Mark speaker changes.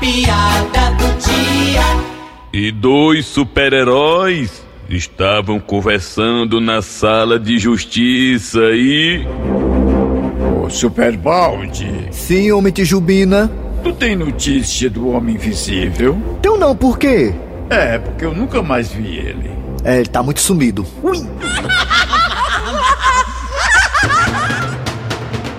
Speaker 1: piada do dia.
Speaker 2: E dois super-heróis estavam conversando na sala de justiça e.
Speaker 3: Ô, Superbalde,
Speaker 4: Sim, homem Tijubina.
Speaker 3: tu tem notícia do Homem Invisível?
Speaker 4: Então não, por quê?
Speaker 3: É, porque eu nunca mais vi ele.
Speaker 4: É, ele tá muito sumido.